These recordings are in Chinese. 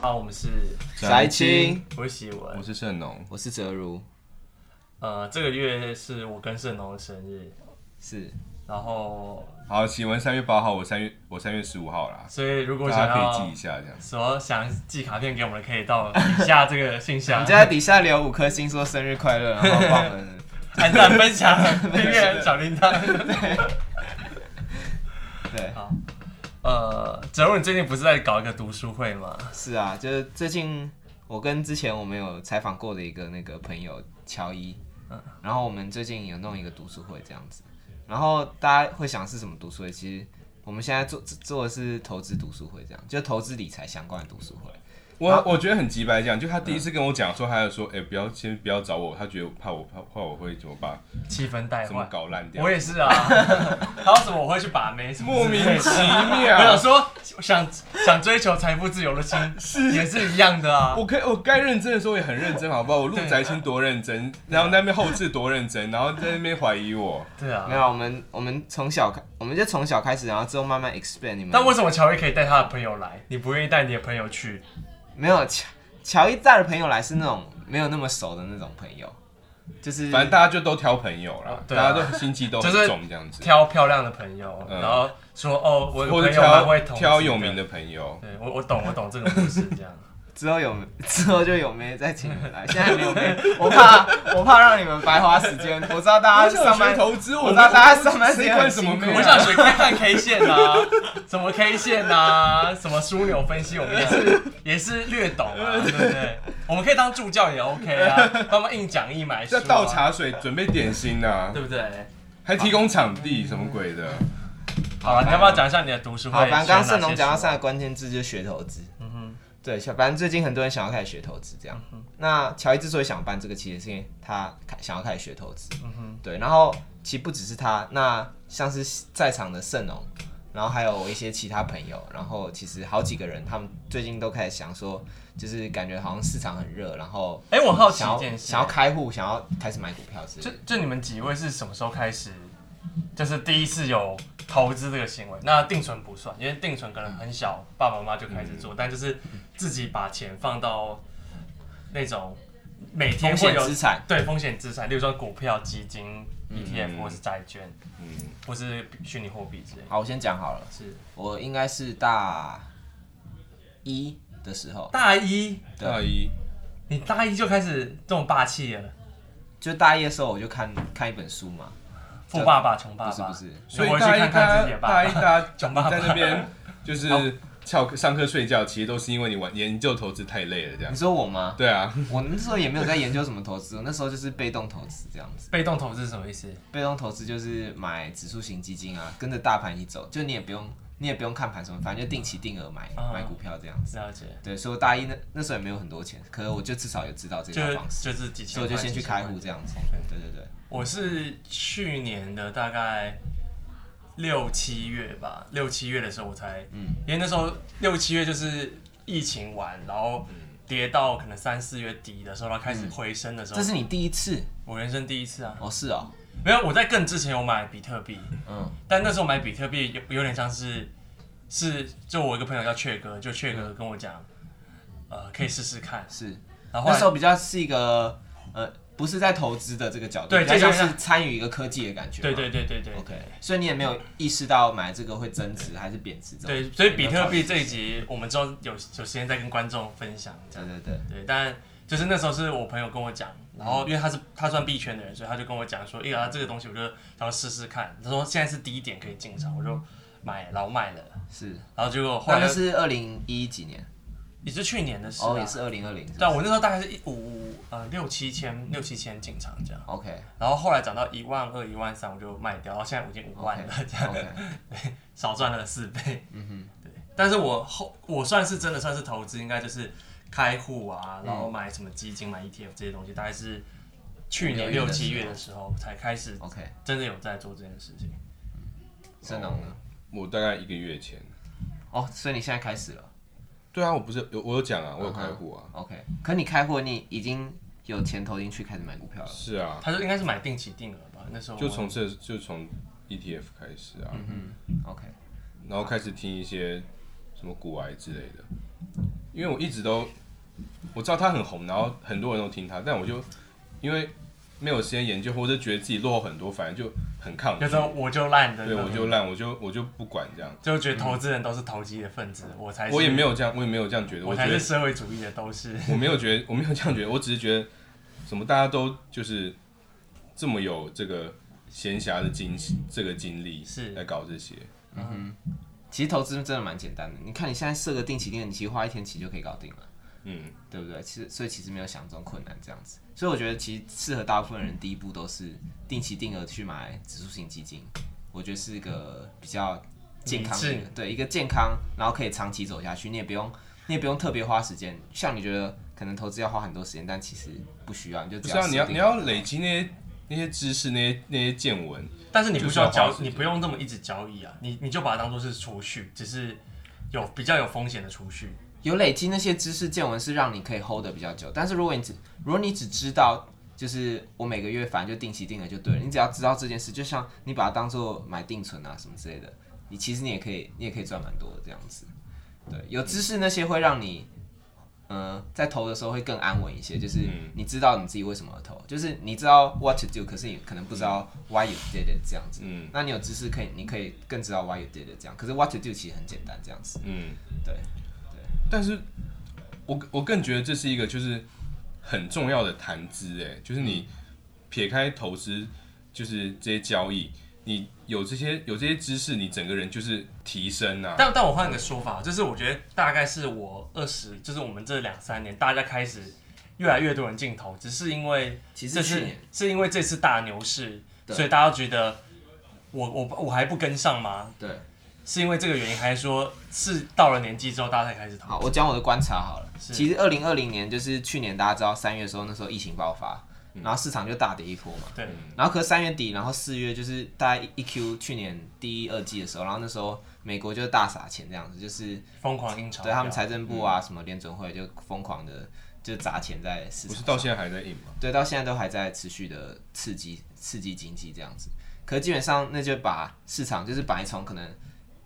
好，啊我们是宅青，我是喜文我。是盛农，我是哲如，呃，这个月是我跟盛农的生日，是然后好，喜文三月八号，我三月我三月十五号啦，所以如果大想家要可以记一下这样。说想寄卡片给我们的，可以到以下这个信 你箱就在底下留五颗星，说生日快乐，然后帮我们按赞、分享、订阅小铃 铛。对，好，呃，哲如，你最近不是在搞一个读书会吗？是 啊，就是最近我跟之前我们有采访过的一个那个朋友乔伊，然后我们最近有弄一个读书会这样子，然后大家会想是什么读书会？其实我们现在做做的是投资读书会，这样就投资理财相关的读书会。我我觉得很急白讲，就他第一次跟我讲说，他就说，哎、不要先不要找我，他觉得怕我怕怕我会怎么把气氛带怎么坏。搞烂掉哎我，也 是啊，还有什么我会去把妹？什么莫之名类的其没有妙。说想想追求财富自由的心也是一样的啊。我可以，我该认真的时候也很认真，好不好？我录宅青多认真，然后那边后置多认真，然后在那边怀疑 我。对啊没，有，我们我们从小开，我们就从小开始，然后之后慢慢 expand 你们。但为什么乔伊可以带他的朋友来，你不愿意带你的朋友去？没有乔乔伊带的朋友来是那种没有那么熟的那种朋友，就是反正大家就都挑朋友啦哦，对啊大家都心机都就是很重这样子，挑漂亮的朋友，嗯然后说哦，我有或个者朋友蛮挑会同挑志有名的。的朋友。对我我懂我懂这啊个模式 这样。之后有 之后就有妹再请你们来，现在没有 妹，我怕我怕让你们白花时间。我知道大家上班，投资，我知道大家上班时谁间管很什辛么苦妹啊。我想学看看 K 线啊，什么 K 线啊，什么枢纽分析，我们也 是也是略懂啊，对不对？我们可以当助教也 OK 啊，帮忙印讲义买书、在啊，倒茶水，准备点心呢、啊对，不对？还提供场地，什么鬼的？好啊了，你要不要讲一下你的读书会？啊好，反正刚刚盛龙龙讲到三个关键字，就是学投资。嗯哼，嗯对，小反正最近很多人想要开始学投资，这样。那乔伊之所以想办这个，其实是因为他开想要开始学投资。嗯哼，对，然后其实不只是他，那像是在场的盛龙，然后还有我一些其他朋友，然后其实好几个人，他们最近都开始想说，就是感觉好像市场很热，然后哎、我好奇想一要件事，想要开户，想要开始买股票之类就的。就你们几位是什么时候开始，就是第一次有投资这个行为？那定存不算，因为定存可能很小，爸爸妈妈就开始嗯做，但就是自己把钱放到那种每天风会险有资产，嗯对风险资产，例如说股票、基金、ETF 或是债券，嗯，或是虚拟货币之类的。好，我先讲好了，是我应该是大一的时候，大一，对大一你大一就开始这么霸气了，就大一的时候我就看看一本书嘛，富爸爸穷爸不爸，是不是，所以我回去大一看看自己的爸大爸一大穷 爸爸家在那边就是翘课上课睡觉，其实都是因为你玩研究投资太累了，这样你。说我吗？对啊，我那时候也没有在研究什么投资，我那时候就是被动投资这样子。被动投资是什么意思？被动投资就是买指数型基金啊，跟着大盘一起走，就你也不用你也不用看盘什么，反正就定期定额买、嗯买股票这样子。了解，对，所以我大一那那时候也没有很多钱，可是我就至少有知道这就套是方式，就是几千所以块，我就先哦几去千块开户这样子。 OK 对对对，我是去年的大概六七月吧，六七月的时候我才，嗯因为那时候六七月就是疫情完，然后嗯跌到可能三四月底的时候，然后开始回升的时候，这是你第一次我人生第一次啊，哦，是哦，没有，我在更之前有买比特币，嗯但那时候买比特币有有点像是是就我一个朋友叫雀哥，就雀哥跟我讲，呃，可以试试看，是。然后啊后那来时候比较是一个呃，不是在投资的这个角度，对比较像这个是参与一个科技的感觉嘛。对对对对对 OK，所以你也没有意识到买这个会增值还是贬值这种。对，所以比特币有没有考虑这一集我们之后有有时间再跟观众分享这样。对对对，对，但就是那时候是我朋友跟我讲，然嗯后因为他是他算币圈的人，所以他就跟我讲说，哎呀，这个东西我就想要试试看。他说现在是低点可以进场，我就买老买了，是。然后结果后那来那就是二零一几年，也是去年的事、啊，哦，也是二零二零。对啊，我那时候大概是一五呃六七千六七千进场这样， OK 然后后来涨到一万二一万三我就卖掉，然后现在我已经五万 OK 了这样， OK，少赚了四倍。嗯但是我后我算是真的算是投资，应该就是开户啊，然后买什么基金、买 ETF 这些东西，大概是去年六六月的时候七月的时候才开始哼，OK，真的有在做这件事情。盛龙呢？我大概一个月前。哦，所以你现在开始了对啊，我不是有我有讲啊，我有开户啊。 ，OK。可你开户，你已经有钱投进去开始买股票了。是啊，他就应该是买定期定额吧，那时候我就从这嗯就从 ETF 开始啊， OK，然后开始听一些什么骨癌之类的，因为我一直都我知道他很红，然后很多人都听他，但我就因为没有时间研究，或者觉得自己落后很多，反正就很抗拒就。是我就烂的那对，种，我就烂，我就我就不管这样，就觉得投资人都是投机的分子，我才是嗯我也没有这样，我也没有这样觉得，我我觉才得是社会主义的都是。我没有觉得，我没有这样觉得，我只是觉得，什么大家都就是这么有这个闲暇的精这个精力是来搞这些，其实投资真的蛮简单的，你看你现在设个定期定额，你其实花一天其实就可以搞定了，嗯，对不对？其实所以其实没有想中困难这样子，所以我觉得其实适合大部分人第一步都是定期定额去买指数型基金，我觉得是一个比较健康的理一个，对一个健康，然后可以长期走下去，你也不用你也不用特别花时间，像你觉得可能投资要花很多时间，但其实不需要，你就不只是啊，你要设定你要累积那些那些知识，那些那些见闻，但是你不需要就是要花交时，间你不用这么一直交易啊，你你就把它当做是储蓄，只是有比较有风险的储蓄。有累积那些知识见闻是让你可以 hold 的比较久，但是如果你只如果你只知道就是我每个月反正就定期定额就对了，你只要知道这件事，就像你把它当做买定存啊什么之类的，你其实你也可以你也可以赚蛮多的这样子。对，有知识那些会让你，呃，在投的时候会更安稳一些，就是嗯你知道你自己为什么而投，就是你知道 what to do，可是你可能不知道嗯 why you did it 这样子。嗯那你有知识可以，你可以更知道 why you did it 这样，可是 what to do 其实很简单这样子。嗯，对，但是我我更觉得这是一个就是很重要的谈资，哎，就是你撇开投资，就是这些交易。你有这些有这些知识，你整个人就是提升啊。但但我换个说法，就是我觉得大概是我二十，就是我们这两三年大家开始越来越多人进投，只是因为其这实去次年是因为这次大牛市，对所以大家觉得我我我还不跟上吗？对。是因为这个原因，还是说是到了年纪之后大家才开始投？好，我讲我的观察好了。是其实二零二零年就是去年大家知道三月的时候，那时候疫情爆发，然后市场就大跌一波嘛。嗯对，然后可是三月底，然后四月就是大概一 Q 去年第一二季的时候，然后那时候美国就大撒钱这样子，就是疯狂印钞对票，他们财政部啊、嗯什么联准会就疯狂的就砸钱在市不场是上，到现在还在印吗？对，到现在都还在持续的刺激刺激经济这样子。可基本上那就把市场就是把你从可能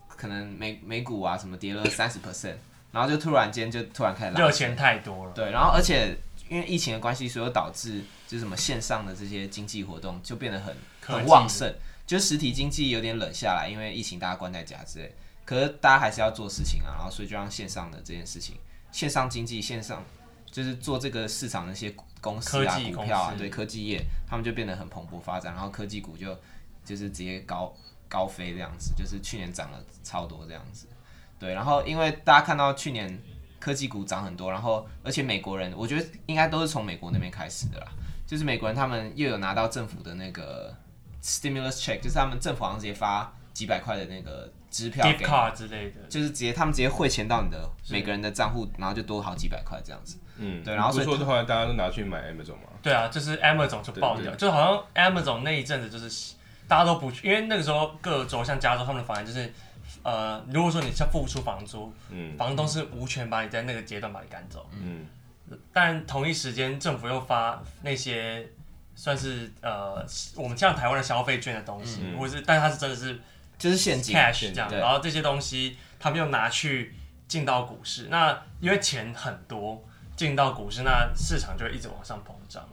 可能美美股啊什么跌了三十 percent，然后就突然间就突然开始拉热钱太多了，对，然后而且因为疫情的关系，所以导致就是什么线上的这些经济活动就变得很科很技旺盛，就是实体经济有点冷下来，因为疫情大家关在家之类。可是大家还是要做事情啊，然后所以就让线上的这件事情，线上经济、线上就是做这个市场的一些公司啊科、技股公票啊，司对科技业，他们就变得很蓬勃发展，然后科技股就就是直接高高飞这样子，就是去年涨了超多这样子。对，然后因为大家看到去年科技股涨很多，然后而且美国人，我觉得应该都是从美国那边开始的啦，就是美国人他们又有拿到政府的那个 stimulus check，就是他们政府好像直接发几百块的那个支票给 gift 你 card 之类的，就是直接他们直接汇钱到你的每个人的账户，然后就多好几百块这样子。嗯，对然后不所以是说后来大家都拿去买 Amazon 吗？对啊，就是 Amazon 就爆掉，就好像 Amazon 那一阵子就是大家都不去，因为那个时候各州像加州他们的法案就是，呃，如果说你要付出房租，嗯房东是无权把你在那个阶段把你赶走，嗯，但同一时间政府又发那些算是呃我们像台湾的消费券的东西，或者是但它是真的是就是现金， cash 这样，对然后这些东西他们又拿去进到股市，那因为钱很多进到股市，那市场就会一直往上膨嗯胀，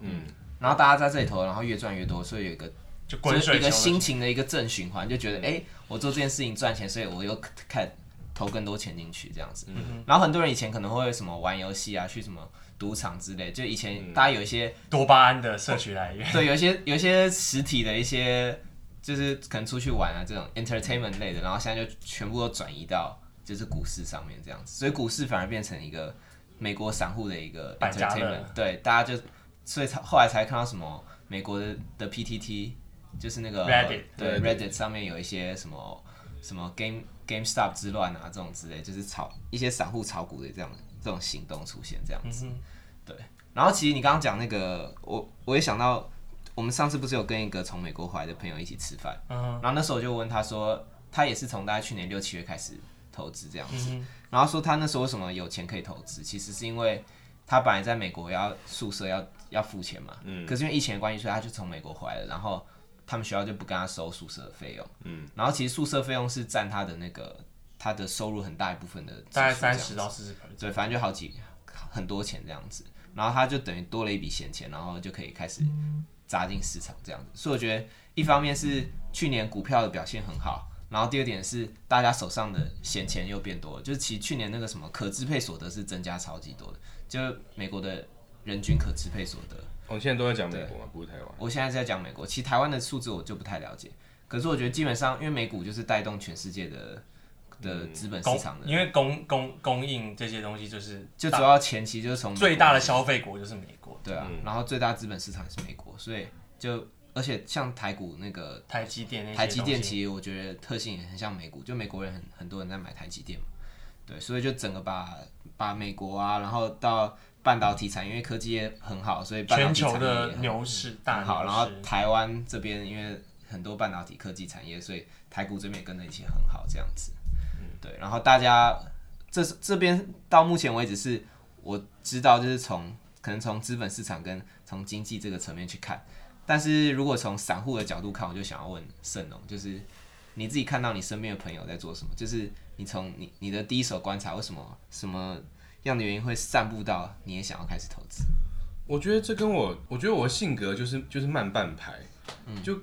然后大家在这里投，然后越赚越多，所以有一个就滚就是水一个球的心情的一个正循环，就觉得哎、诶我做这件事情赚钱，所以我又看投更多钱进去这样子。嗯嗯然后很多人以前可能会什么玩游戏啊，去什么赌场之类，就以嗯前大家有一 些多巴胺的摄取来源。对，有一些有一些实体的一些，就是可能出去玩啊这种 entertainment 类的，然后现在就全部都转移到就是股市上面这样子，所以股市反而变成一个美国散户的一个百家乐 entertainment，对，大家就所以才后来才看到什么美国的的 PTT，就是那个 Reddit 对 Reddit Reddit 上面有一些什么什么 Game GameStop 之乱啊这种之类，就是炒一些散户炒股的这样这种行动出现这样子。嗯哼，然后其实你刚刚讲那个，我我也想到，我们上次不是有跟一个从美国回来的朋友一起吃饭，嗯然后那时候我就问他说，他也是从大概去年六七月开始投资这样哼，嗯子，哼，然后说他那时候为什么有钱可以投资，其实是因为他本来在美国要宿舍要要付钱嘛，嗯可是因为疫情的关系，所以他就从美国回来了，然后他们学校就不跟他收宿舍的费用，嗯，然后其实宿舍费用是占他的那个。他的收入很大一部分的支出大这概样子，三十到四十对，反正就好几很多钱这样子，然后他就等于多了一笔闲钱，然后就可以开始砸进市场这样子。所以我觉得一方面是去年股票的表现很好，然后第二点是大家手上的闲钱又变多了，就是其实去年那个什么可支配所得是增加超级多的，就是美国的人均可支配所得。我、哦、现在都在讲美国嘛，不是台湾。我现在是在讲美国，其实台湾的数字我就不太了解，可是我觉得基本上因为美股就是带动全世界的的资本市场的，因为供供供应这些东西就是就主要前期就是从美最国大的消费国就是美国，对啊，然后最大资本市场是美国，所以就而且像台股那个台积电那些台积电，东西其实我觉得特性也很像美股，就美国人很很多人在买台积电嘛，对，所以就整个把把美国啊，然后到半导体产业，因为科技业很好，所以半导全体产球业的也很嗯牛市大牛市，好，然后台湾这边因为很多半导体科技产业，所以台股这边也跟着一起很好这样子。对，然后大家这是这边到目前为止是我知道，就是从可能从资本市场跟从经济这个层面去看，但是如果从散户的角度看，我就想要问盛龙，就是你自己看到你身边的朋友在做什么，就是你从你你的第一手观察，为什么什么样的原因会散布到你也想要开始投资？我觉得这跟我，我觉得我的性格就是就是慢半拍，就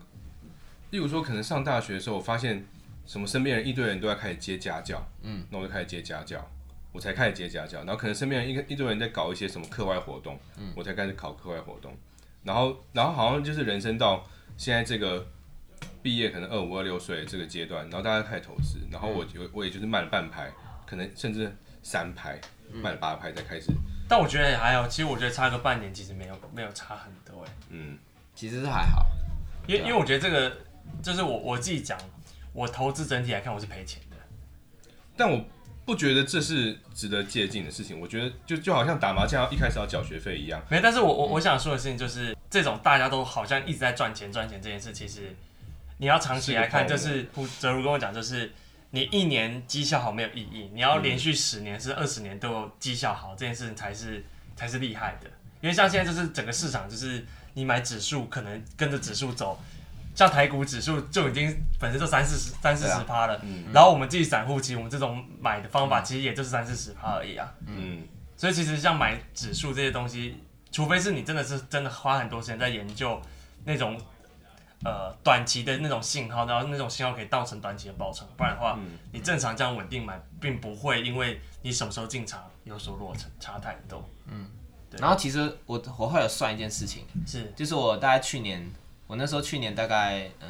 例如说，可能上大学的时候，我发现什么身边人一堆人都在开始接家教，嗯，那我就开始接家教，我才开始接家教，然后可能身边人一个一堆人在搞一些什么课外活动，嗯，我才开始考课外活动，然后然后好像就是人生到现在这个毕业可能二五二六岁这个阶段，然后大家开始投资，然后我我我也就是慢半拍，可能甚至三拍，慢八拍才开始，但我觉得也还好，其实我觉得差个半年其实没有没有差很多哎，嗯其实是还好，因为对啊因为我觉得这个就是我我自己讲，我投资整体来看我是赔钱的，但我不觉得这是值得借鉴的事情。我觉得就就好像打麻将要一开始要缴学费一样，没有，但是我我我想说的事情就是，这种大家都好像一直在赚钱赚钱这件事，其实你要长期来看，就是个泡沫是不哲如跟我讲，就是你一年绩效好没有意义，你要连续十年是二十年都有绩效好，这件事情才是才是厉害的。因为像现在就是整个市场，就是你买指数可能跟着指数走，像台股指数就已经本身就三四十三四对十啊趴了，嗯然后我们自己散户其实我们这种买的方法其实也就是三四十趴而已啊。嗯，所以其实像买指数这些东西，除非是你真的是真的花很多时间在研究那种呃短期的那种信号，然后那种信号可以造成短期的报酬，不然的话，嗯你正常这样稳定买，并不会因为你什么时候进场有所落差差太多。对然后其实我我后来有算一件事情，是就是我大概去年，我那时候去年大概嗯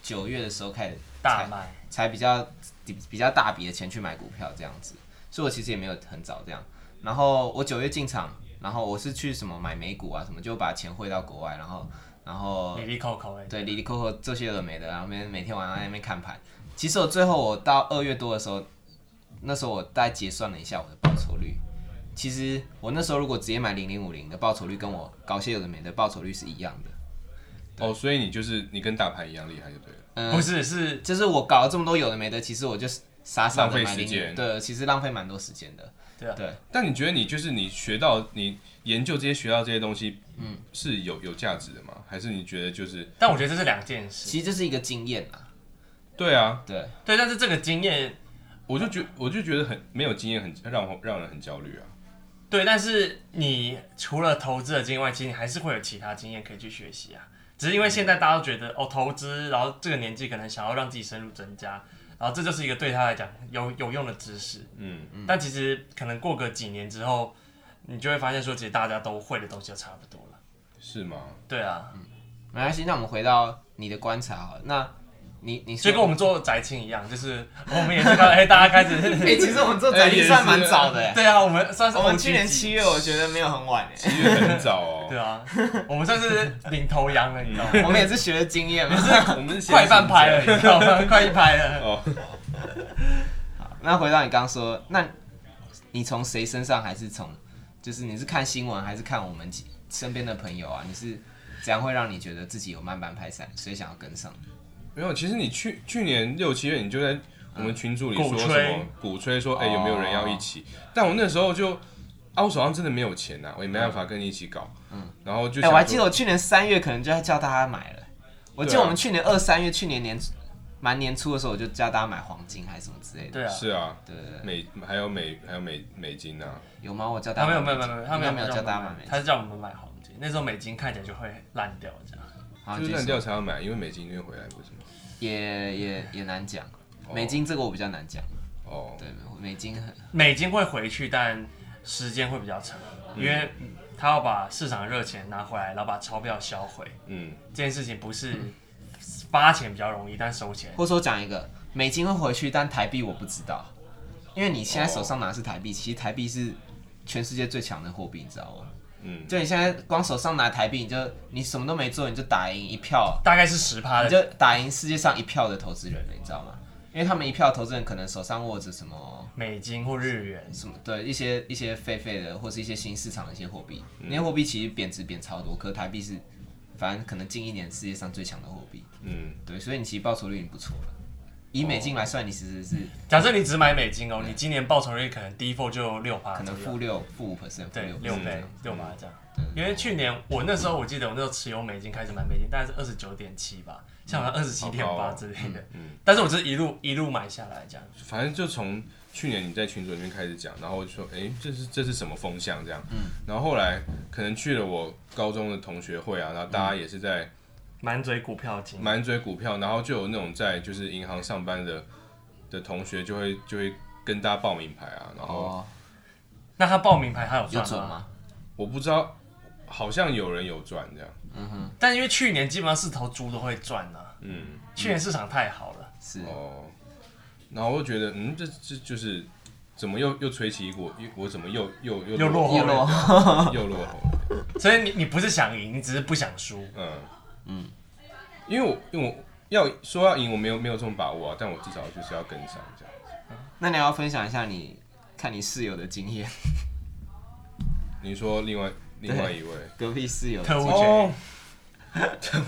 九、月的时候开始大买，才比较比比较大笔的钱去买股票这样子，所以我其实也没有很早这样。然后我九月进场，然后我是去什么买美股啊什么，就把钱汇到国外，然后然后里里扣扣哎，哦对，里里扣扣这些有的没的，然后每每天晚上在那边看盘。其实我最后我到二月多的时候，那时候我大概结算了一下我的报酬率。其实我那时候如果直接买零零五零的报酬率，跟我搞些有的没的报酬率是一样的。哦，所以你就是你跟大盘一样厉害就对了。嗯，不是是就是我搞了这么多有的没的，其实我就是傻傻浪的费买时零间零，对，其实浪费蛮多时间的。对啊对，但你觉得你就是你学到你研究这些学到这些东西，嗯，是有有价值的吗？还是你觉得就是但我觉得这是两件事。其实就是一个经验啊。对啊？对，对，但是这个经验我就觉我就觉得很没有经验，很让我让人很焦虑啊。对，但是你除了投资的经验外，其实你还是会有其他经验可以去学习啊。只是因为现在大家都觉得哦，投资，然后这个年纪可能想要让自己深入增加，然后这就是一个对他来讲有有用的知识。嗯，但其实可能过个几年之后，你就会发现说，其实大家都会的东西就差不多了。是吗？对啊，没关系。那我们回到你的观察好了，那你你就说跟 我们做宅青一样，就是我们也是刚 哎，大家开哎、 始，其实我们做宅哎也力是算蛮早的、欸，对啊，我们算是我们 OG 去年级七月，我觉得没有很晚哎、七月很早 哦，对啊，我们算是领头羊了，你 知道吗？我们也是学了经验嘛。 我们是快半拍了，你知道吗？快一拍了。哦，那回到你刚刚说，那你从谁身上，还是从就是你是看新闻，还是看我们几身边的朋友啊？你是怎样会让你觉得自己有慢慢拍散，所以想要跟上？没有，其实你去去年六七月你就在我们群组里说嗯鼓什吹哦么鼓吹说，哎、有没有人要一起？但我那时候就，啊，我手上真的没有钱呐、我也没办法跟你一起搞。嗯，然后就想哎、说、我还记得我去年三月可能就要叫大家买了，我记得对啊我们去年二三月，去年年蛮年初的时候，我就叫大家买黄金还是什么之类的。对啊，是啊，对对对，美还有美还有美美金啊，有吗？我叫大他家没有买没有没有美金没有，他应没该有没有叫叫我们大家买买美金他是叫我们买黄金。那时候美金看起来就会烂掉这样。好就是结烂束掉才要买，因为美金一定会回来，不是吗？也也也难讲。哦美金这个我比较难讲，哦，对，美金很美金会回去，但时间会比较长，因为嗯他要把市场的热钱拿回来，然后把钞票销毁。嗯，这件事情不是嗯发钱比较容易，但收钱或者说讲一个，美金会回去，但台币我不知道，因为你现在手上拿的是台币，其实台币是全世界最强的货币，你知道吗？嗯，就你现在光手上拿台币，你就你什么都没做，你就打赢一票，大概是十趴你的。就打赢世界上一票的投资人了，你知道吗？因为他们一票投资人可能手上握着什么美金或日元，什么对一些一些废废的，或是一些新市场的一些货币，那些货币其实贬值贬超多，可台币是反正可能近一年世界上最强的货币，嗯，对，所以你其实报酬率已经不错了。以美金来算，你其实是假设你只买美金哦，你今年报酬率可能 default 就六趴可左能右，负六、负五 percent、负啊对，六嗯六 percent 倍六趴这样。因为去年我那时候我记得我那时候持有美金开始买美金，大概是二十九点七吧，像好像二十七点好高八哦之类的嗯嗯。但是我就是一路一路买下来这样。反正就从去年你在群组里面开始讲，然后我就说，哎、这是这是什么风向这样，嗯，然后后来可能去了我高中的同学会啊，然后大嗯家也是在满嘴股票金，满嘴股票，然后就有那种在就是银行上班的的同学就会就会跟大家报名牌啊，然后哦，那他报名牌他有有赚准吗？吗？我不知道，好像有人有赚这样，但因为去年基本上是头猪都会赚啊，嗯，去年市场太好了，是哦，然后我就觉得，嗯，这这就是怎么又又吹起一股，又我怎么又又又又落后叶了落，又落后了，所以你你不是想赢，你只是不想输。嗯嗯，因为我因为我要说要赢，我没有没有这种把握啊，但我至少就是要跟上这样。 那你要分享一下你看你室友的经验，你说另外另外一位隔壁室友的特经务验觉 哦，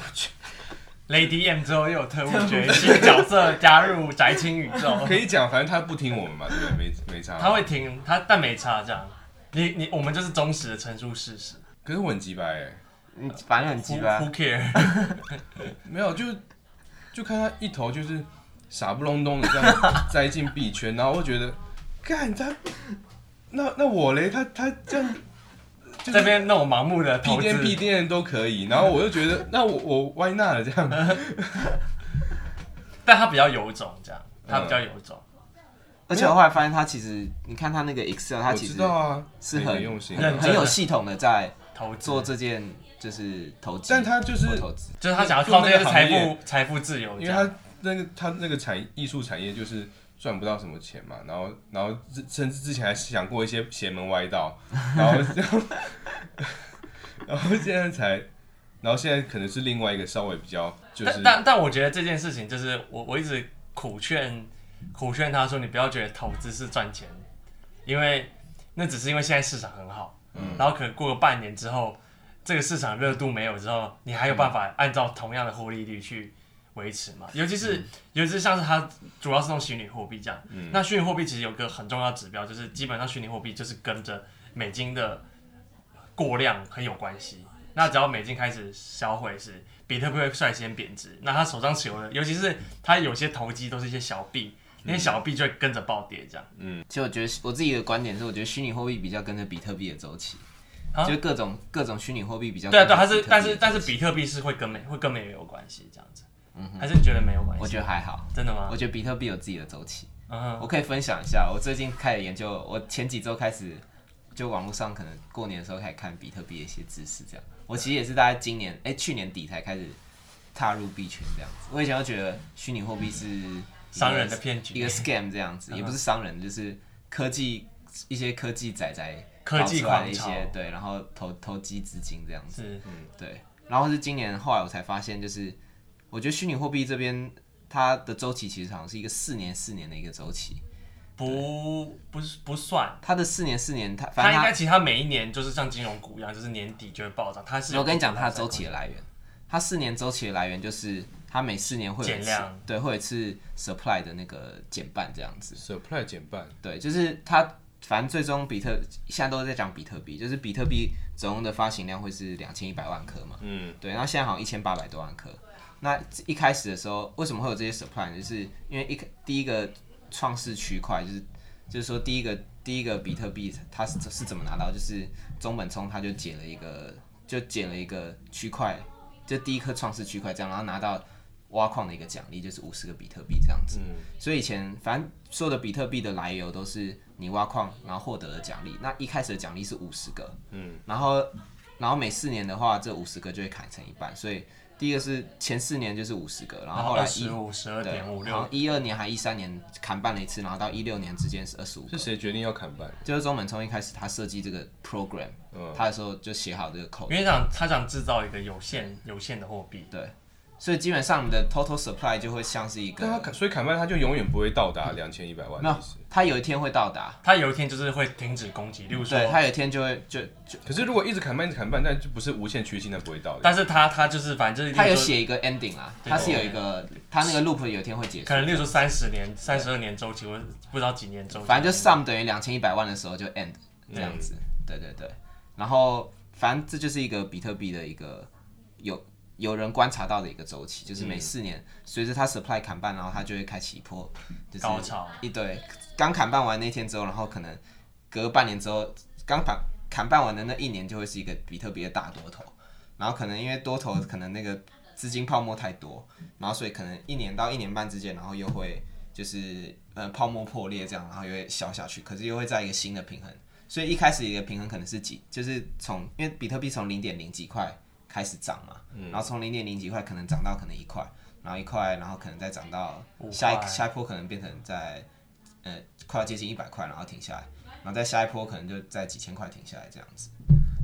Lady M 之后又有特务角新角色加入宅青宇宙， 可以讲，反正他不听我们嘛，对不对？没没差。他会停，他但没差这样。你你我们就是忠实的陈述事实可是我很鸡掰哎，你反正很鸡，Who 巴 who care？没有，就就看他一头就是傻不隆咚的这样 栽进币圈，然后我觉得，干他，那那我嘞，他他这样就是这边那种盲目的屁投颠屁资，颠都可以，然后我就觉得，那我我 why not 这样，但他比较有种这样，他比较有种。而且我后来发现他其实，你看他那个 Excel，他我其实知道啊，是很很用心啊，认真很有系统的在投资嗯做这件就是投资，但他就是或投资，就是他想要靠这些做那个财行业富财富自由，因这为样他那个他那个产艺术产业就是赚不到什么钱嘛，然后然后之甚至之前还想过一些邪门歪道， 然后然后 然后现在才，然后现在可能是另外一个稍微比较就是但但但我觉得这件事情就是我我一直苦劝苦劝他说，你不要觉得投资是赚钱，因为那只是因为现在市场很好，嗯然后可能过个半年之后，这个市场热度没有之后，你还有办法按照同样的获利率去维持嘛？尤其嗯是、尤其是像是它主要是用虚拟货币这样，那虚拟货币其实有个很重要的指标，就是基本上虚拟货币就是跟着美金的过量很有关系。那只要美金开始销毁时，比特币会率先贬值。那他手上持有的，尤其是他有些投机都是一些小币，嗯那些小币就会跟着暴跌这样。其实我觉得我自己的观点是，我觉得虚拟货币比较跟着比特币的周期，啊就是各种各种虚拟货币比较对啊，跟对着啊，它比特是，币的但是周但是期比特币是会跟美会跟美元有关系这样子，还是你觉得没有关嗯我系？觉得还好，真的吗我？觉得比特币有自己的周期。嗯哼，我可以分享一下，我最近开始研究，我前几周开始就网络上可能过年的时候开始看比特币的一些知识，这样。我其实也是大概今年哎、去年底才开始踏入币圈这样子。我以前都觉得虚拟货币是一个商人的骗局嗯一个 scam 这样子，也不是商人，就是科技一些科技仔仔科技搞出来的一狂些潮嗯对，然后投投机资金这样子。是对，然后是今年后来我才发现，就是我觉得虚拟货币这边它的周期其实好像是一个四年四年的一个周期，不不是不算，它的四年四年它反它正应它该其实它每一年就是像金融股一样，就是年底就会暴涨。它是我跟你讲它的周期的来源，它四年周期的来源就是它每四年会有一减次量对会有一次 supply 的那个减半这样子， supply 减半，对，就是它反正最终比特现在都在讲比特币，就是比特币总共的发行量会是两千一百万颗嘛，嗯，对，然后现在好像一千八百多万颗，那一开始的时候，为什么会有这些 supply？呢就是因为一开第一个创世区块，就是就是说第一个第一个比特币它是是怎么拿到？就是中本聪他就解了一个就解了一个区块，就第一颗创世区块这样，然后拿到挖矿的一个奖励，就是五十个比特币这样子。嗯所以以前反正所有的比特币的来由都是你挖矿然后获得的奖励。那一开始的奖励是五十个，嗯，然后然后每四年的话，这五十个就会砍成一半，所以。第一个是前四年就是五十个，然后后来一十五、十二对，点五好六像，一二年还一三年砍半了一次，然后到一六年之间是二十五是个。谁决定要砍半？就是中本聪一开始他设计这个 program，、他的时候就写好这个 code，嗯因为想他想制造一个有限有限的货币，所以基本上你的 total supply 就会像是一但他个，砍，所以砍半他就永远不会到达嗯两千一百万没有的意思。，他有一天会到达，它有一天就是会停止供给，例如说对，他有一天就会就就可是如果一直砍半，一直砍半，但就不是无限趋近，那不会到的。但是他他就是反正就是，他例有如说写一个 ending 啊，对他是有一个他那个 loop 有一天会结束可，能例如说三十年、三十二年周期，或者不知道几年周期，反正就 sum 等于两千一百万的时候就 end 这样嗯子，对对对。然后反正这就是一个比特币的一个有有人观察到的一个周期，就是嗯每四年随着它 supply 砍半，然后它就会开启一波就是高潮一堆刚砍半完那天之后，然后可能隔半年之后，刚砍砍半完的那一年就会是一个比特币的大多头，然后可能因为多头可能那个资金泡沫太多，然后所以可能一年到一年半之间，然后又会就是呃泡沫破裂这样，然后又会消下去，可是又会在一个新的平衡。所以一开始一个平衡可能是几，就是从因为比特币从零点零几块开始涨嘛，然后从零点零几块可能涨到可能一块，然后一块，然后可能再涨到五下一块下一波可能变成在呃快要接近一百块，然后停下来，然后再下一波可能就在几千块停下来这样子。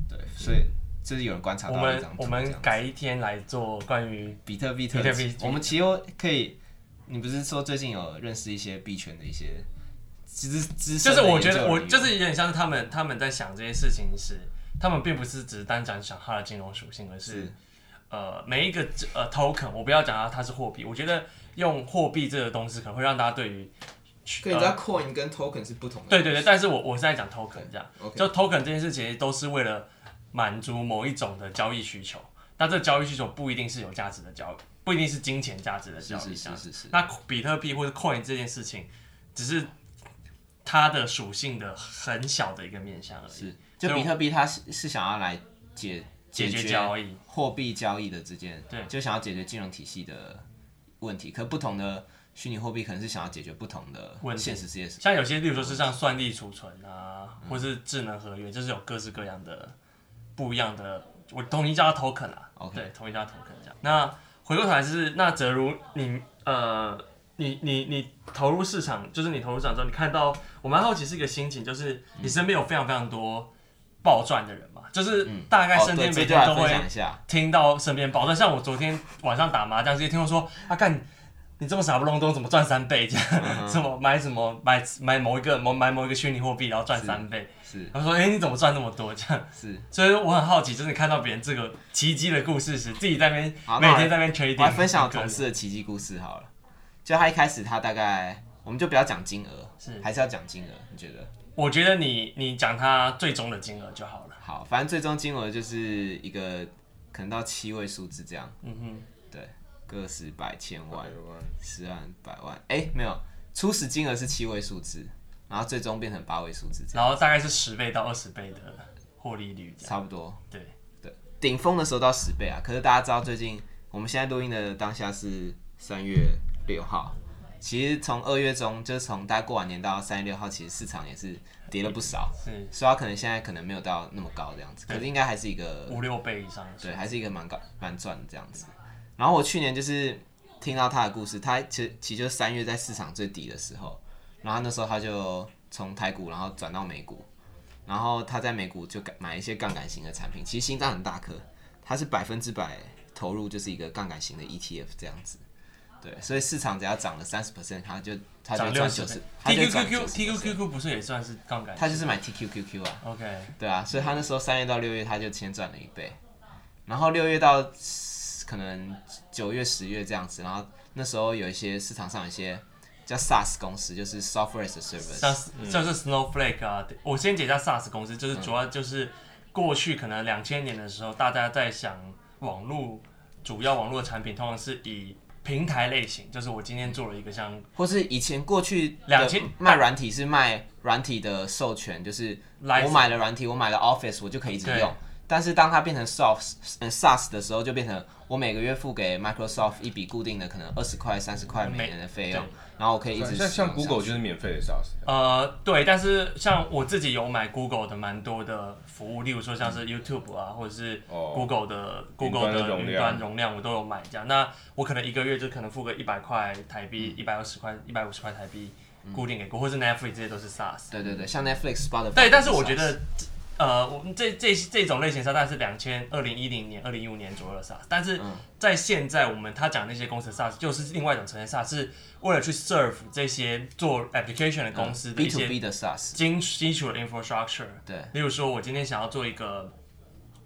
对，所以这是有人观察我到的一们张图我这们样子改一天来做关于比特币特比特辑币我们其实可以，你不是说最近有认识一些币圈的一些资资就深是的研我究觉人员得我就是有点像是他们他们在想这些事情时，他们并不是只是单讲想它的金融属性，而是是呃每一个呃 token，我不要讲它它是货币，我觉得用货币这个东西可能会让大家对于可以知道 coin 跟 token 是不同的。对对对，但是我我是在讲 token 这样 OK 就 token 这件事其实都是为了满足某一种的交易需求，那这交易需求不一定是有价值的交易，不一定是金钱价值的交是易，是这是样是是，那比特币或者 coin 这件事情，只是它的属性的很小的一个面向而已。是就比特币它是是想要来解解决决交易货币交易的之间，对，就想要解决金融体系的问题。可不同的虚拟货币可能是想要解决不同的问题现实世界像有些，例如说是像算力储存啊，嗯或是智能合约，就是有各式各样的不一样的，我统一叫它 token 啦、 OK 对，统一叫它 token 这样。那回过头来就是，那哲如你呃，你你你投入市场，就是你投入市场之后，你看到我蛮好奇是一个心情，就是嗯你身边有非常非常多暴赚的人嘛，就是大概哦身对边这每就天来都分会享一下，听到身边保证，像我昨天晚上打麻将，直接听我说啊，干你这么傻不隆咚，怎么赚三倍这嗯样？怎么买什么买买某一个某买某一个虚拟货币，然后赚三倍？是他说，哎、你怎么赚那么多这样？是。所以我很好奇，就是你看到别人这个奇迹的故事时，自己在那边好那每我天在那边 trading，我来分享我同事的奇迹故事好了。就他一开始他大概，我们就不要讲金额，是还是要讲金额？你觉得？我觉得你你讲他最终的金额就好了。好，反正最终金额就是一个可能到七位数字这样，嗯哼，对，个十百千万哎呦喂十万百万，哎、没有，初始金额是七位数字，然后最终变成八位数字这样，然后大概是十倍到二十倍的获利率这样。差不多。对对，顶峰的时候到十倍啊，可是大家知道最近我们现在录音的当下是三月六号，其实从二月中就是从大家过完年到三月六号，其实市场也是跌了不少，是所以它可能现在可能没有到那么高这样子，可是应该还是一个五六倍以上的数，对，还是一个蛮高蛮赚的这样子。然后我去年就是听到他的故事，他其实其实就是三月在市场最底的时候，然后那时候他就从台股然后转到美股，然后他在美股就买买一些杠杆型的产品，其实心脏很大颗，他是百分之百投入就是一个杠杆型的 ETF 这样子。对，所以市场只要涨了三十 percent，他就他就涨赚六九十十，他就赚 TQQQ 九十， TQQQ 不是也算是杠杆？他就是买 TQQQ 啊。 OK，对啊，所以他那时候三月到六月他就先赚了一倍，然后六月到可能九月、十月这样子，然后那时候有一些市场上有一些叫 SaaS 公司，就是 Software as a Service，像嗯是就是 Snowflake 啊，我先解一下 SaaS 公司，就是主要就是过去可能两千年的时候，大家在想网络主要网络的产品通常是以平台类型，就是我今天做了一个像或是以前过去的2000卖软体是卖软体的授权，就是我 License 买了软体，我买了 Office，我就可以一直对用。但是当它变成 Soft 嗯 SaaS 的时候，就变成我每个月付给 Microsoft 一笔固定的可能二十块、三十块美元的费用对，然后我可以一像直使用像下 Google 去就是免费的 SaaS，呃，对，但是像我自己有买 Google 的蛮多的服务，例如说像是 YouTube 啊，或者是嗯哦 Google 的云 Google 端的的容云量端容量，我都有买这样。那我可能一个月就可能付个一百块台嗯币、一百二十块、一百五十块台币固定给过，或是 Netflix 这些都是 SaaS。对对对，像 Netflix、Spotify。对，但是我觉得，呃，我们这这这种类型上，大概是两千二零一零年、二零一五年左右的 SaaS，但是嗯在现在我们他讲那些公司的 SaaS 就是另外一种呈现 SaaS，是为了去 serve 这些做 application 的公司的 B 一 to 些 B 的 SaaS，基基础的 infrastructure。对，例如说，我今天想要做一个，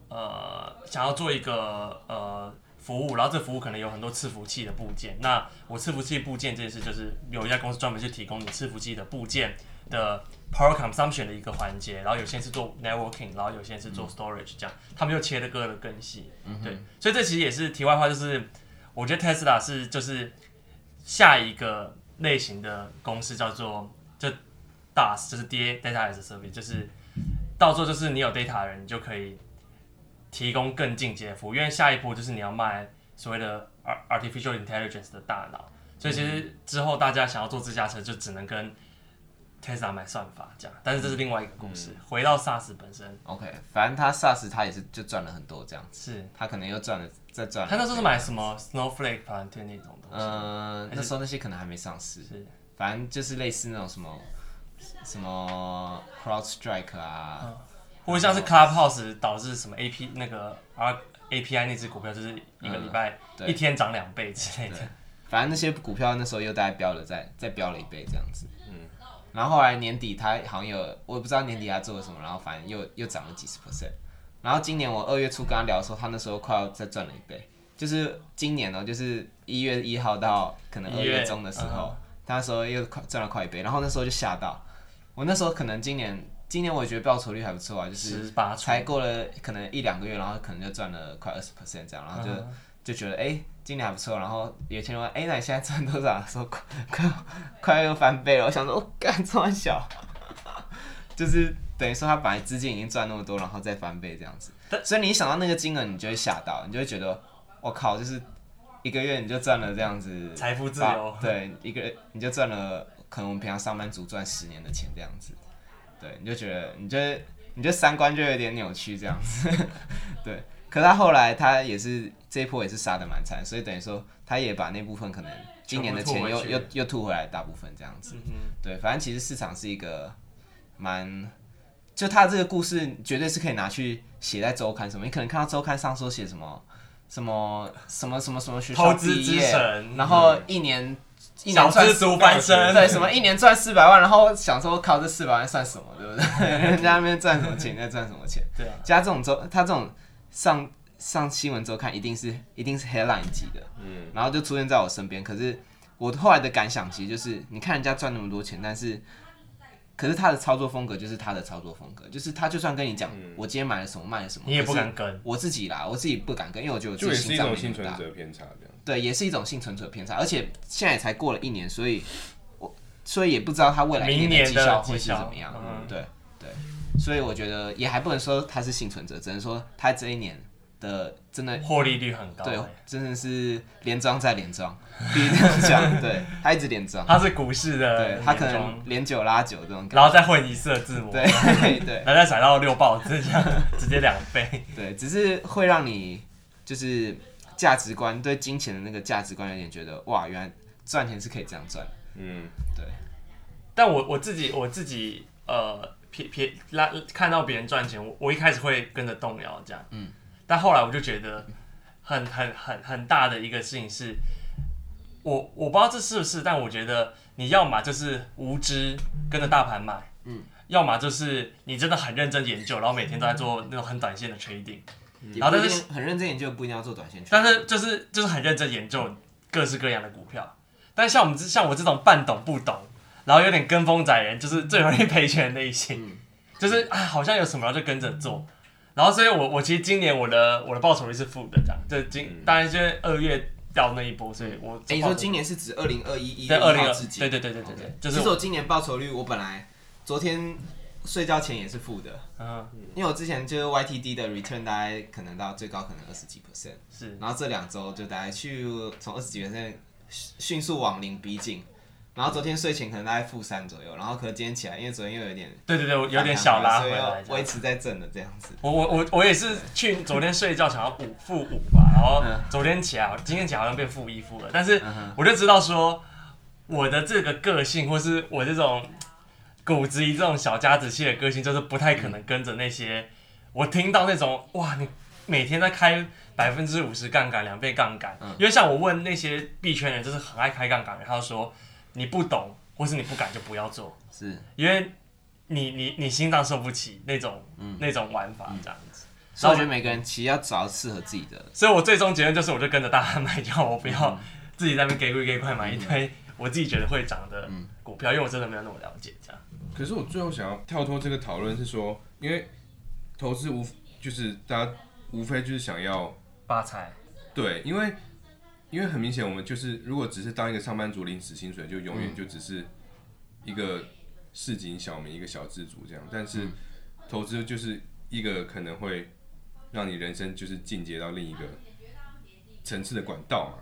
呃，想要做一个呃服务，然后这服务可能有很多伺服器的部件。那我伺服器部件这件事，就是有一家公司专门去提供你伺服器的部件的 power consumption 的一个环节，然后有些是做 networking，然后有些是做 storage，这样他们又切的割的更细。对，所以这其实也是题外话，就是我觉得 Tesla 是就是下一个类型的公司叫做就 DAS，就是 DA Data as a Service，就是到最后就是你有 data 的人，你就可以提供更进阶的服务，因为下一步就是你要卖所谓的 ar- artificial intelligence 的大脑，所以其实之后大家想要做自驾车，就只能跟 Tesla 买算法这样，但是这是另外一个故事。嗯回到 SaaS 本身 OK，反正他 SaaS 他也是就赚了很多这样，是，他可能又赚了再赚了。他那时候是买什么 Snowflake Palantir 那种东西，嗯呃，那时候那些可能还没上市，是反正就是类似那种什么什么 CrowdStrike 嗯啊，或者像是 Clubhouse 导致什么 AP 那个 R API 那只股票，就是一个礼拜、嗯对一天涨两倍之类的。反正那些股票那时候又大概飙了再再飙了一倍这样子。嗯，然后后来年底他好像有，我也不知道年底他做了什么，然后反正又又涨了几十 percent。然后今年我二月初跟他聊的时候，他那时候快要再赚了一倍，就是今年哦、就是一月一号到可能1二月月嗯中的时候，他那时候又快赚了快一倍，然后那时候就吓到，我那时候可能今年今年我也觉得报酬率还不错啊，就是十八出才过了可能一两个月，然后可能就赚了快二十 percent 这样，然后嗯就、就觉得哎、今年还不错。然后有些人问哎、那你现在赚多少？说快快快又翻倍了。我想说，我、哦干这么小， 就是等于说他本来资金已经赚那么多，然后再翻倍这样子。所以你一想到那个金额，你就会吓到，你就会觉得我靠，就是一个月你就赚了这样子财富自由八对，一个你就赚了可能我们平常上班族赚十年的钱这样子，对，你就觉得你就你就三观就有点扭曲这样子， 对。可他后来他也是这一波也是杀的蛮惨，所以等于说他也把那部分可能今年的全钱部吐回又去嗯又又吐回来大部分这样子，对，反正其实市场是一个蛮。就他这个故事绝对是可以拿去写在周刊什么，你可能看到周刊上说写什么什么什么什么什么学 校投资毕业之神然后一年、一小年赚资四族翻身，对什么一年赚四百万，然后想说靠这四百万算什么，对不 对？人家那边赚什么钱，在赚什么钱？对啊，加这种周，他这种上上新闻周刊一定是一定是 headline 级的，嗯，然后就出现在我身边。可是我后来的感想其实就是，你看人家赚那么多钱，但是可是他的操作风格就是他的操作风格，就是他就算跟你讲、我今天买了什么卖了什么，嗯你也不可是敢跟我自己啦，我自己不敢跟，因为我觉得我就自也己是心一脏种没那幸么存大，者偏差这样。对，也是一种幸存者偏差，而且现在也才过了一年，所以我所以也不知道他未来一明年年绩的效绩会是效怎么样。嗯对对，所以我觉得也还不能说他是幸存者，只能说他这一年的真的获利率很高、对欸，真的是连庄再连庄，必须这样讲。对他一直连庄，它是股市的对年终，他可能连九拉九这种感然后再混一色字母，觉。对 对然后再甩到六豹子，这样直接两倍。 对，只是会让你就是价值观对金钱的那个价值观有点觉得哇，原来赚钱是可以这样赚。嗯，但我我自己我自己呃撇撇拉看到别人赚钱，我我一开始会跟着动摇这样，嗯，但后来我就觉得很很很很大的一个事情是，我我不知道这是不是，但我觉得你要么就是无知跟着大盘买，嗯，要么就是你真的很认真研究，然后每天都在做那种很短线的 trading，也嗯然后不但一是定很认真研究，不一定要做短线圈。但是就是就是很认真研究各式各样的股票，但像我们这像我这种半懂不懂，然后有点跟嗯风仔人，就是最容易赔钱的类型，就是啊好像有什么然后就跟着做，然后所以我我其实今年我的我的报酬率是负的，这样，就今当然就是二月掉那一波，所以我哎，嗯你说今年是指二零二一一对二零二至今？对对对对对对，就其是实我我今年报酬率，我本来昨天睡觉前也是负的，嗯因为我之前就是 YTD 的 return 大概可能到最高可能二十几 percent，是然后这两周就大概去从二十几 percent 迅速往零逼近，然后昨天睡前可能大概负三左右，然后可是今天起来，因为昨天又有点对对对，我有点小拉所回以来要这样。维持在正的这样子。我我我我也是去昨天睡觉想要五负五吧，然后嗯昨天起来，今天起来好像变负一负了，但是嗯哼我就知道说我的这个个性，或是我这种骨子里这种小家子气的个性，就是不太嗯可能跟着那些我听到那种哇，你每天在开百分之五十杠杆、两倍杠杆，嗯因为像我问那些币圈人，就是很爱开杠杆，然后说你不懂，或是你不敢就不要做，是，因为你你你心脏受不起那种、嗯那种玩法这样子。所以我觉得每个人其实要找到适合自己的。所以我最终结论就是，我就跟着大家买就好，我不要自己在那边给贵给快买一堆我自己觉得会涨的股票，因为我真的没有那么了解这样。可是我最后想要跳脱这个讨论是说，因为投资无就是大家无非就是想要发财，对，因为因为很明显，我们就是如果只是当一个上班族领死薪水，就永远就只是一个市井小民、一个小资族这样。但是投资就是一个可能会让你人生就是进阶到另一个层次的管道嘛。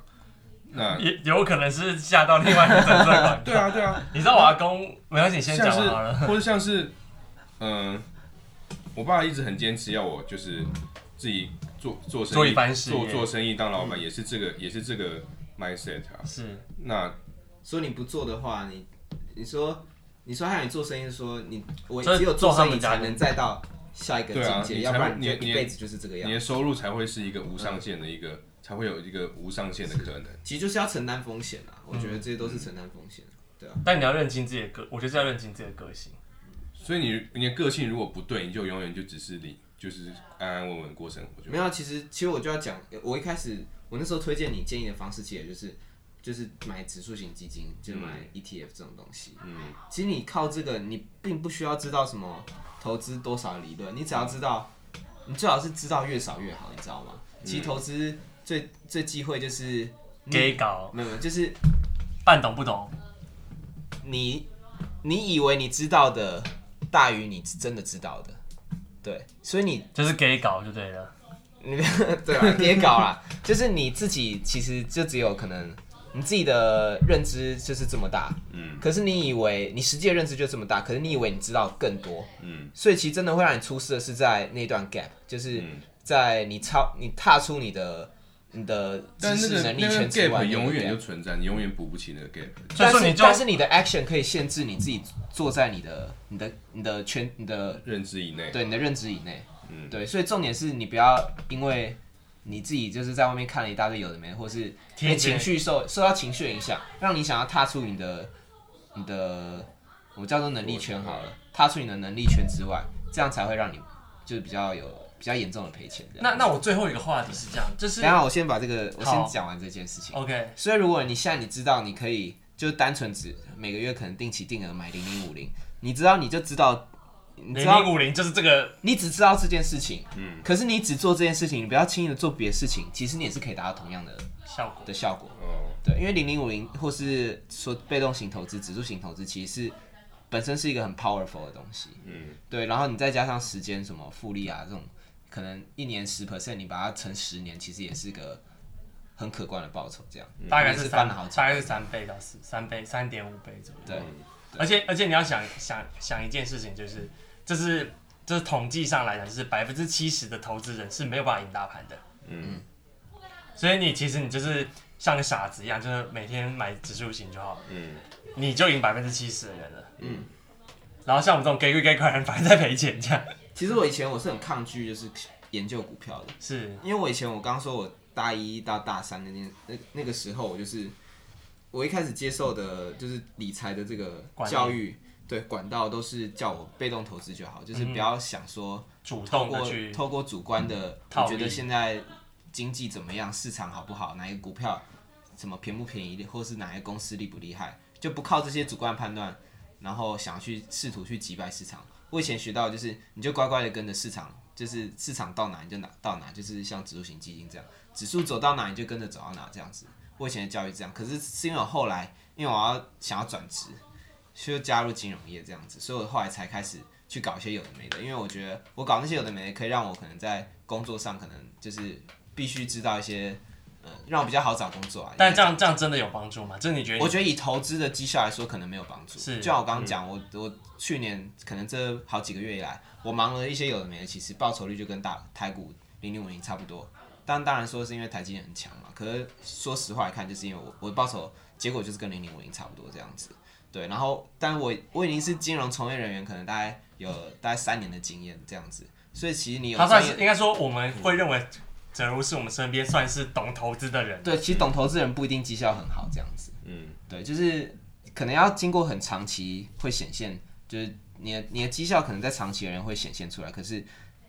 那也有可能是下到另外一个层次的管对啊，对啊，你知道我阿公，没关系，你先像讲是好了。 或者像是，嗯、我爸一直很坚持要我就是自己做做生意，做一番事业嗯做做生意当老板，也是这个也是这个 mindset 啊。 是那说你不做的话，你你说你说让你做生意，说你我所以只有做做他生意们家才能再到下一个境对啊界，你要才不会然你就你一你辈子就是这个样你子。的收入才会是一个无上限的一个，才会有一个无上限的可能。其实就是要承担风险啊，我嗯觉得这些都是承担风险。对啊，但你要认清自己的个，我觉得是要认清自己的个性。所以你你的个性如果不对，你就永远就只是你就是安安稳稳过生活就没有啊，其实其实我就要讲，我一开始我那时候推荐你建议的方式，其实也就是就是买指数型基金，就是买 ETF 这种东西。嗯，其实你靠这个，你并不需要知道什么投资多少理论，你只要知道，你最好是知道越少越好，你知道吗？其实投资最最忌讳就是给搞没有没有，就是半懂不懂，你你以为你知道的大于你真的知道的，对，所以你就是给搞就对了。你对啊吧？ 别搞啦，就是你自己其实就只有可能你自己的认知就是这么大，嗯可是你以为你实际的认知就这么大，可是你以为你知道更多，嗯所以其实真的会让你出事的是在那段 gap，就是嗯，在你超你踏出你的你的知但那识个能力那个圈之外 gap 那个永远就 gap 存在，你永远补不起那个 gap。所以但说是你就但是你的 action 可以限制你自己坐在你的你的你的圈你的认知以内，对你的认知以内，嗯对，所以重点是你不要因为你自己就是在外面看了一大堆有的没的，或是因为贴贴情绪受受到情绪的影响，让你想要踏出你的你的我叫做能力圈好了，踏出你的能力圈之外，这样才会让你就是比较有比较严重的赔钱这样。那那我最后一个话题是这样，就是等一下我先把这个我先好哦讲完这件事情。 OK，所以如果你现在你知道你可以就单纯只每个月可能定期定额买零零五零，你知道你就知道，你零知道零五零就是这个你只知道这件事情，嗯可是你只做这件事情，你不要轻易的做别的事情，其实你也是可以达到同样的效果。的效果。哦，对，因为零零五零或是说被动型投资、指数型投资，其实是本身是一个很 powerful 的东西。嗯对，然后你再加上时间什么复利啊这种，可能一年十 percent，你把它乘十年，其实也是个很可观的报酬。这样大概也是是三翻了好，几大概是三倍到四，三倍三点五倍左右。对，而且而且你要想想想一件事情，就是这是这是统计上来讲，就是百分之七十的投资人是没有办法赢大盘的，嗯，所以你其实你就是像个傻子一样，就是每天买指数型就好了，嗯，你就赢百分之七十的人了。嗯，然后像我们这种 gay 贵 gay 快人，反正在赔钱这样。其实我以前我是很抗拒就是研究股票的。是因为我以前我刚说我大一到大三那年那那个时候，我就是我一开始接受的就是理财的这个管道教育，对管道都是叫我被动投资就好，就是不要想说主透动过的去嗯透过主观的，套我利觉得现在经济怎么样，市场好不好，哪一个股票什么便不便宜，或是哪一个公司厉不厉害，就不靠这些主观判断，然后想要去试图去击败市场。我以前学到的就是，你就乖乖的跟着市场就是市场到哪你就哪到哪，就是像指数型基金这样，指数走到哪你就跟着走到哪这样子。我以前的教育这样，可是是因为我后来因为我要想要转职，就加入金融业这样子，所以我后来才开始去搞一些有的没的，因为我觉得我搞那些有的没的，可以让我可能在工作上可能就是必须知道一些，呃，让我比较好找工作啊。但这因为样这样真的有帮助吗？就是你觉得我你觉得以投资的绩效来说，可能没有帮助。是嗯就像我刚刚讲，我我去年可能这好几个月以来，我忙了一些有的没的，其实报酬率就跟大台股零零五零差不多。但当然说是因为台积电很强嘛，可是说实话来看，就是因为我我的报酬结果就是跟零零五零差不多这样子。对，然后但我我已经是金融从业人员，可能大概有大概三年的经验这样子，所以其实你有他专算业是应该说我们会认为哲如是我们身边算是懂投资的人，对，其实懂投资人不一定绩效很好这样子。嗯，对，就是可能要经过很长期会显现，就是你的你的绩效可能在长期的人会显现出来，可是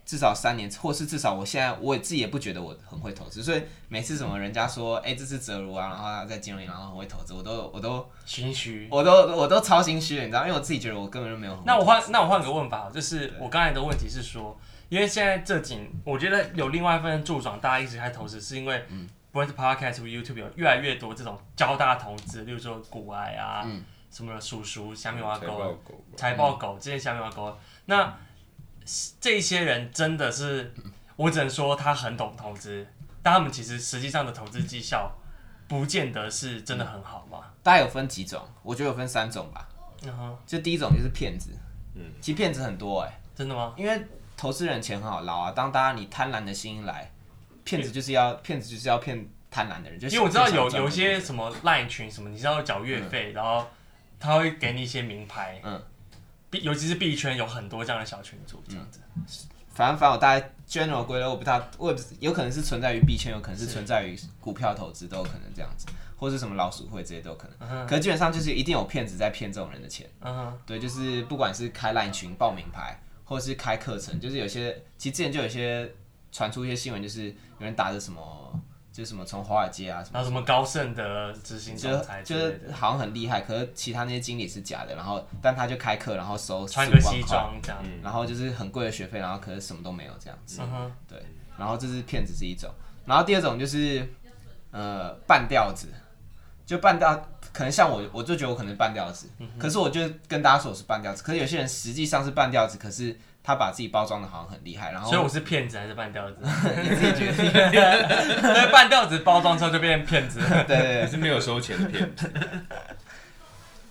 至少三年，或是至少我现在我也自己也不觉得我很会投资，所以每次什么人家说，哎、这是哲如啊，然后他在金融业，然后很会投资，我都我都心虚。我都我都超心虚的，你知道，因为我自己觉得我根本就没有哦很会那我投换资那我换个问法，哦就是我刚才的问题是说，因为现在这几，我觉得有另外一份助长大家一直在投资，是因为不论是 podcast 或 YouTube 有越来越多这种教大家投资，例如说股癌啊，什么叔叔、小米挖财沟、报狗吧嗯财报狗，这些小米挖沟，那这些人真的是，我只能说他很懂投资，但他们其实实际上的投资绩效，不见得是真的很好嘛。大概有分几种，我觉得有分三种吧，嗯哼，就第一种就是骗子，嗯，其实骗子很多哎、真的吗？因为投资人钱很好捞啊，当大家你贪婪的心一来，骗子就是要骗子就是要骗贪婪的人，就因为我知道有有一一些什么 LINE 群什么，你是要缴月费，然后他会给你一些名牌，嗯币尤其是币圈有很多这样的小群组这嗯样子，嗯反正反正我大概 general 归类，我不大，我也不有可能是存在于币圈，有可能是是存在于股票投资，都有可能这样子，或是什么老鼠会这些都有可能。嗯哼可是基本上就是一定有骗子在骗这种人的钱，嗯哼，对，就是不管是开 LINE 群报名牌，或是开课程，就是有些其实之前就有些传出一些新闻，就是有人打着什么就是什么从华尔街啊什么。然后什么高盛的执行就总裁之就类的，是好像很厉害，可是其他那些经理是假的，然后但他就开课，然后收穿15个万西块，装嗯这样，然后就是很贵的学费，然后可是什么都没有这样子，嗯哼，对，然后这是骗子是一种，然后第二种就是呃半吊子，就半吊，可能像我我就觉得我可能是半吊子，嗯可是我就跟大家说我是半吊子，可是有些人实际上是半吊子，可是他把自己包装的好像很厉害，然后所以我是骗子还是半吊子？ 你自己觉得， 所以半吊子包装之后就变成骗子， 对对对你，是没有收钱的骗子，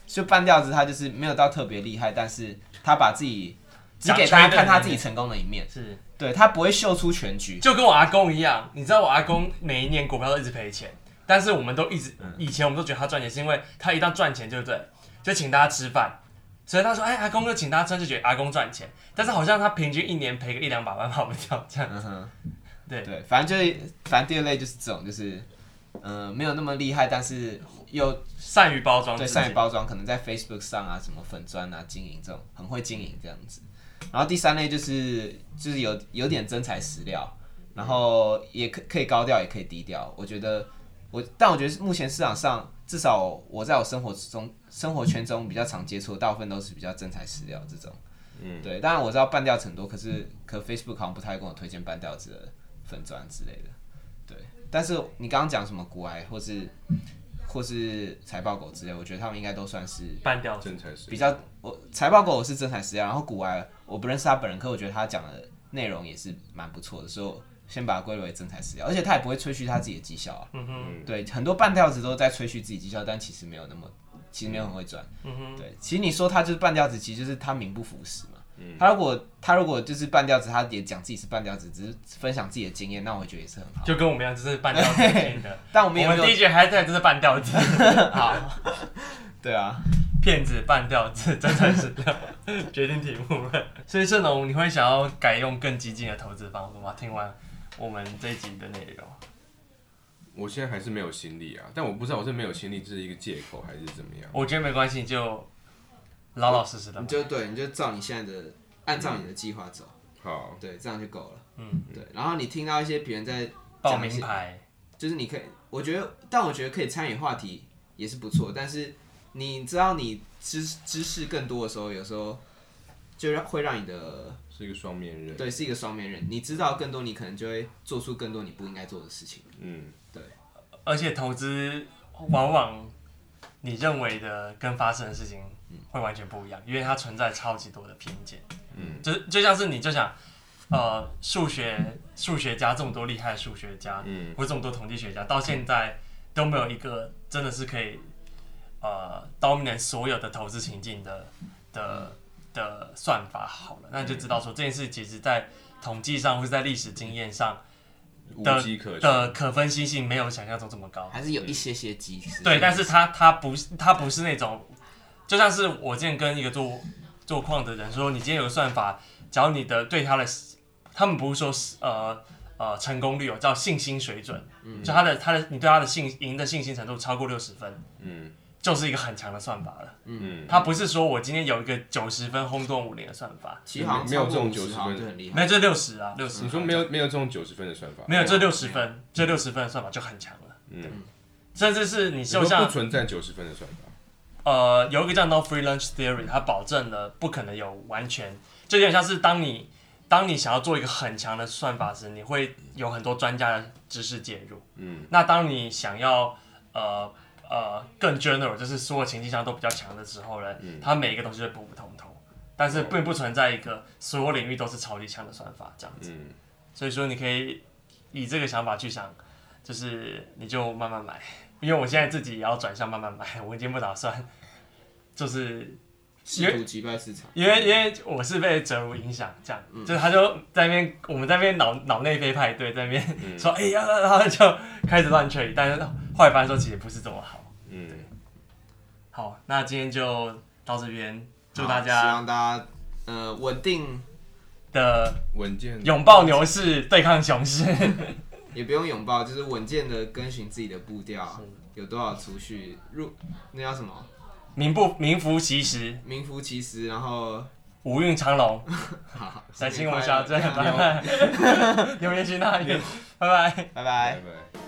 就半吊子，他就是没有到特别厉害，但是他把自己只想给大家吹的看他那自己面成功的一面，是对他不会秀出全局。就跟我阿公一样，你知道我阿公每一年股票都一直赔钱，但是我们都一直嗯以前我们都觉得他赚钱，是因为他一旦赚钱，对不对？就请大家吃饭，所以他说，哎，阿公就请大家吃，就觉得阿公赚钱，但是好像他平均一年赔个一两百万跑不掉这样。嗯哼，对对，反正就是，反正第二类就是这种，就是嗯、呃没有那么厉害，但是又善于包装自对己，善于包装，可能在 Facebook 上啊，什么粉砖啊，经营这种很会经营这样子。然后第三类就是就是有有点真材实料，然后也可可以高调，也可以低调。我觉得我，但我觉得目前市场上，至少我在我生活中生活圈中比较常接触的，大部分都是比较真材实料这种。嗯，对。当然我知道半调子很多，可是可 Facebook 好像不太跟我推荐半调子的粉砖之类的。对，但是你刚刚讲什么股癌或是或是财报狗之类，我觉得他们应该都算是半吊子，真才是比较我财报狗我是真材实料，然后古玩我不认识他本人，可我觉得他讲的内容也是蛮不错的，所以我先把它归为真材实料，而且他也不会吹嘘他自己的绩效啊。嗯哼，对，很多半吊子都在吹嘘自己绩效，但其实没有那么，其实没有很会赚。嗯哼，对，其实你说他就是半吊子，其实就是他名不符实嘛。他如果他如果就是半吊子，他也讲自己是半吊子，只是分享自己的经验，那我觉得也是很好。就跟我们一样，就是半吊子骗的。 但我我们也没们有第一句还在就是半吊子， 好，对啊，骗子半吊子，真材实料，决定题目了。所以盛龙，你会想要改用更激进的投资方式吗？听完我们这一集的内容，我现在还是没有心力啊，但我不知道我是没有心力，这是一个借口还是怎么样？我觉得没关系，你就老老实实的你。就对，你就照你现在的，按照你的计划走。好，对，这样就够了。嗯，对。然后你听到一些别人在报讲一名些，牌，就是你可以，我觉得，但我觉得可以参与话题也是不错。但是你知道，你知知识更多的时候，有时候就让会让你呃的是一个双面人。对是一个双面人，你知道更多，你可能就会做出更多你不应该做的事情。嗯，而且投资往往你认为的跟发生的事情会完全不一样，因为它存在超级多的偏见。嗯，就就像是你就想，呃，数学数学家这么多厉害的数学家，嗯，或这么多统计学家，到现在都没有一个真的是可以呃 dominate 所有的投资情境的的的算法好了，那你就知道说这件事其实在统计上或是在历史经验上无的机可的循。可分析性没有想象中这么哦高。还是有一些些机制。对，但是他他不是他不是那种，就像是我之前跟一个做做矿的人说，你今天有个算法，只要你的对他的，他们不是说是呃呃成功率哦，叫信心水准，嗯就他的他的你对他的信赢的信心程度超过六十分，嗯就是一个很强的算法了。嗯，他不是说我今天有一个九十分轰动武林的算法，其实好像没有超过没有这种50 90好像分就很厉害。没有这六十啊，六十嗯你说没有没有这种九十分的算法？没有这六十分，这六十分的算法就很强了，嗯，甚至是你你就说像不存在九十分的算法。呃，有一个叫 No Free Lunch Theory，它保证了不可能有完全，就有点像是当你当你想要做一个很强的算法时，你会有很多专家的知识介入。嗯，那当你想要呃呃更 general，就是所有情境上都比较强的时候呢，它每一个东西都普普通通，但是并不存在一个所有领域都是超级强的算法这样子。嗯，所以说，你可以以这个想法去想，就是你就慢慢买， 因为我现在自己也要转向慢慢买，我已经不打算，就是试图击败市场，因为因为我是被哲如影响，这样，就是他就在那边我们在那边脑脑内啡派对在那边、 说，哎、呀，然后就开始乱吹，但是后来发现说其实不是这么好。嗯，好，那今天就到这边，祝好大希家望大家呃稳定，的稳健。拥抱牛市，对抗熊市。 也不用拥抱，就是稳健的跟循自己的步调，有多少储蓄入那叫什么名不名副其实，名副其实，然后五运长龙。好，在新新年闻快下乐再拜拜，留言区那里，拜拜。拜拜拜。拜。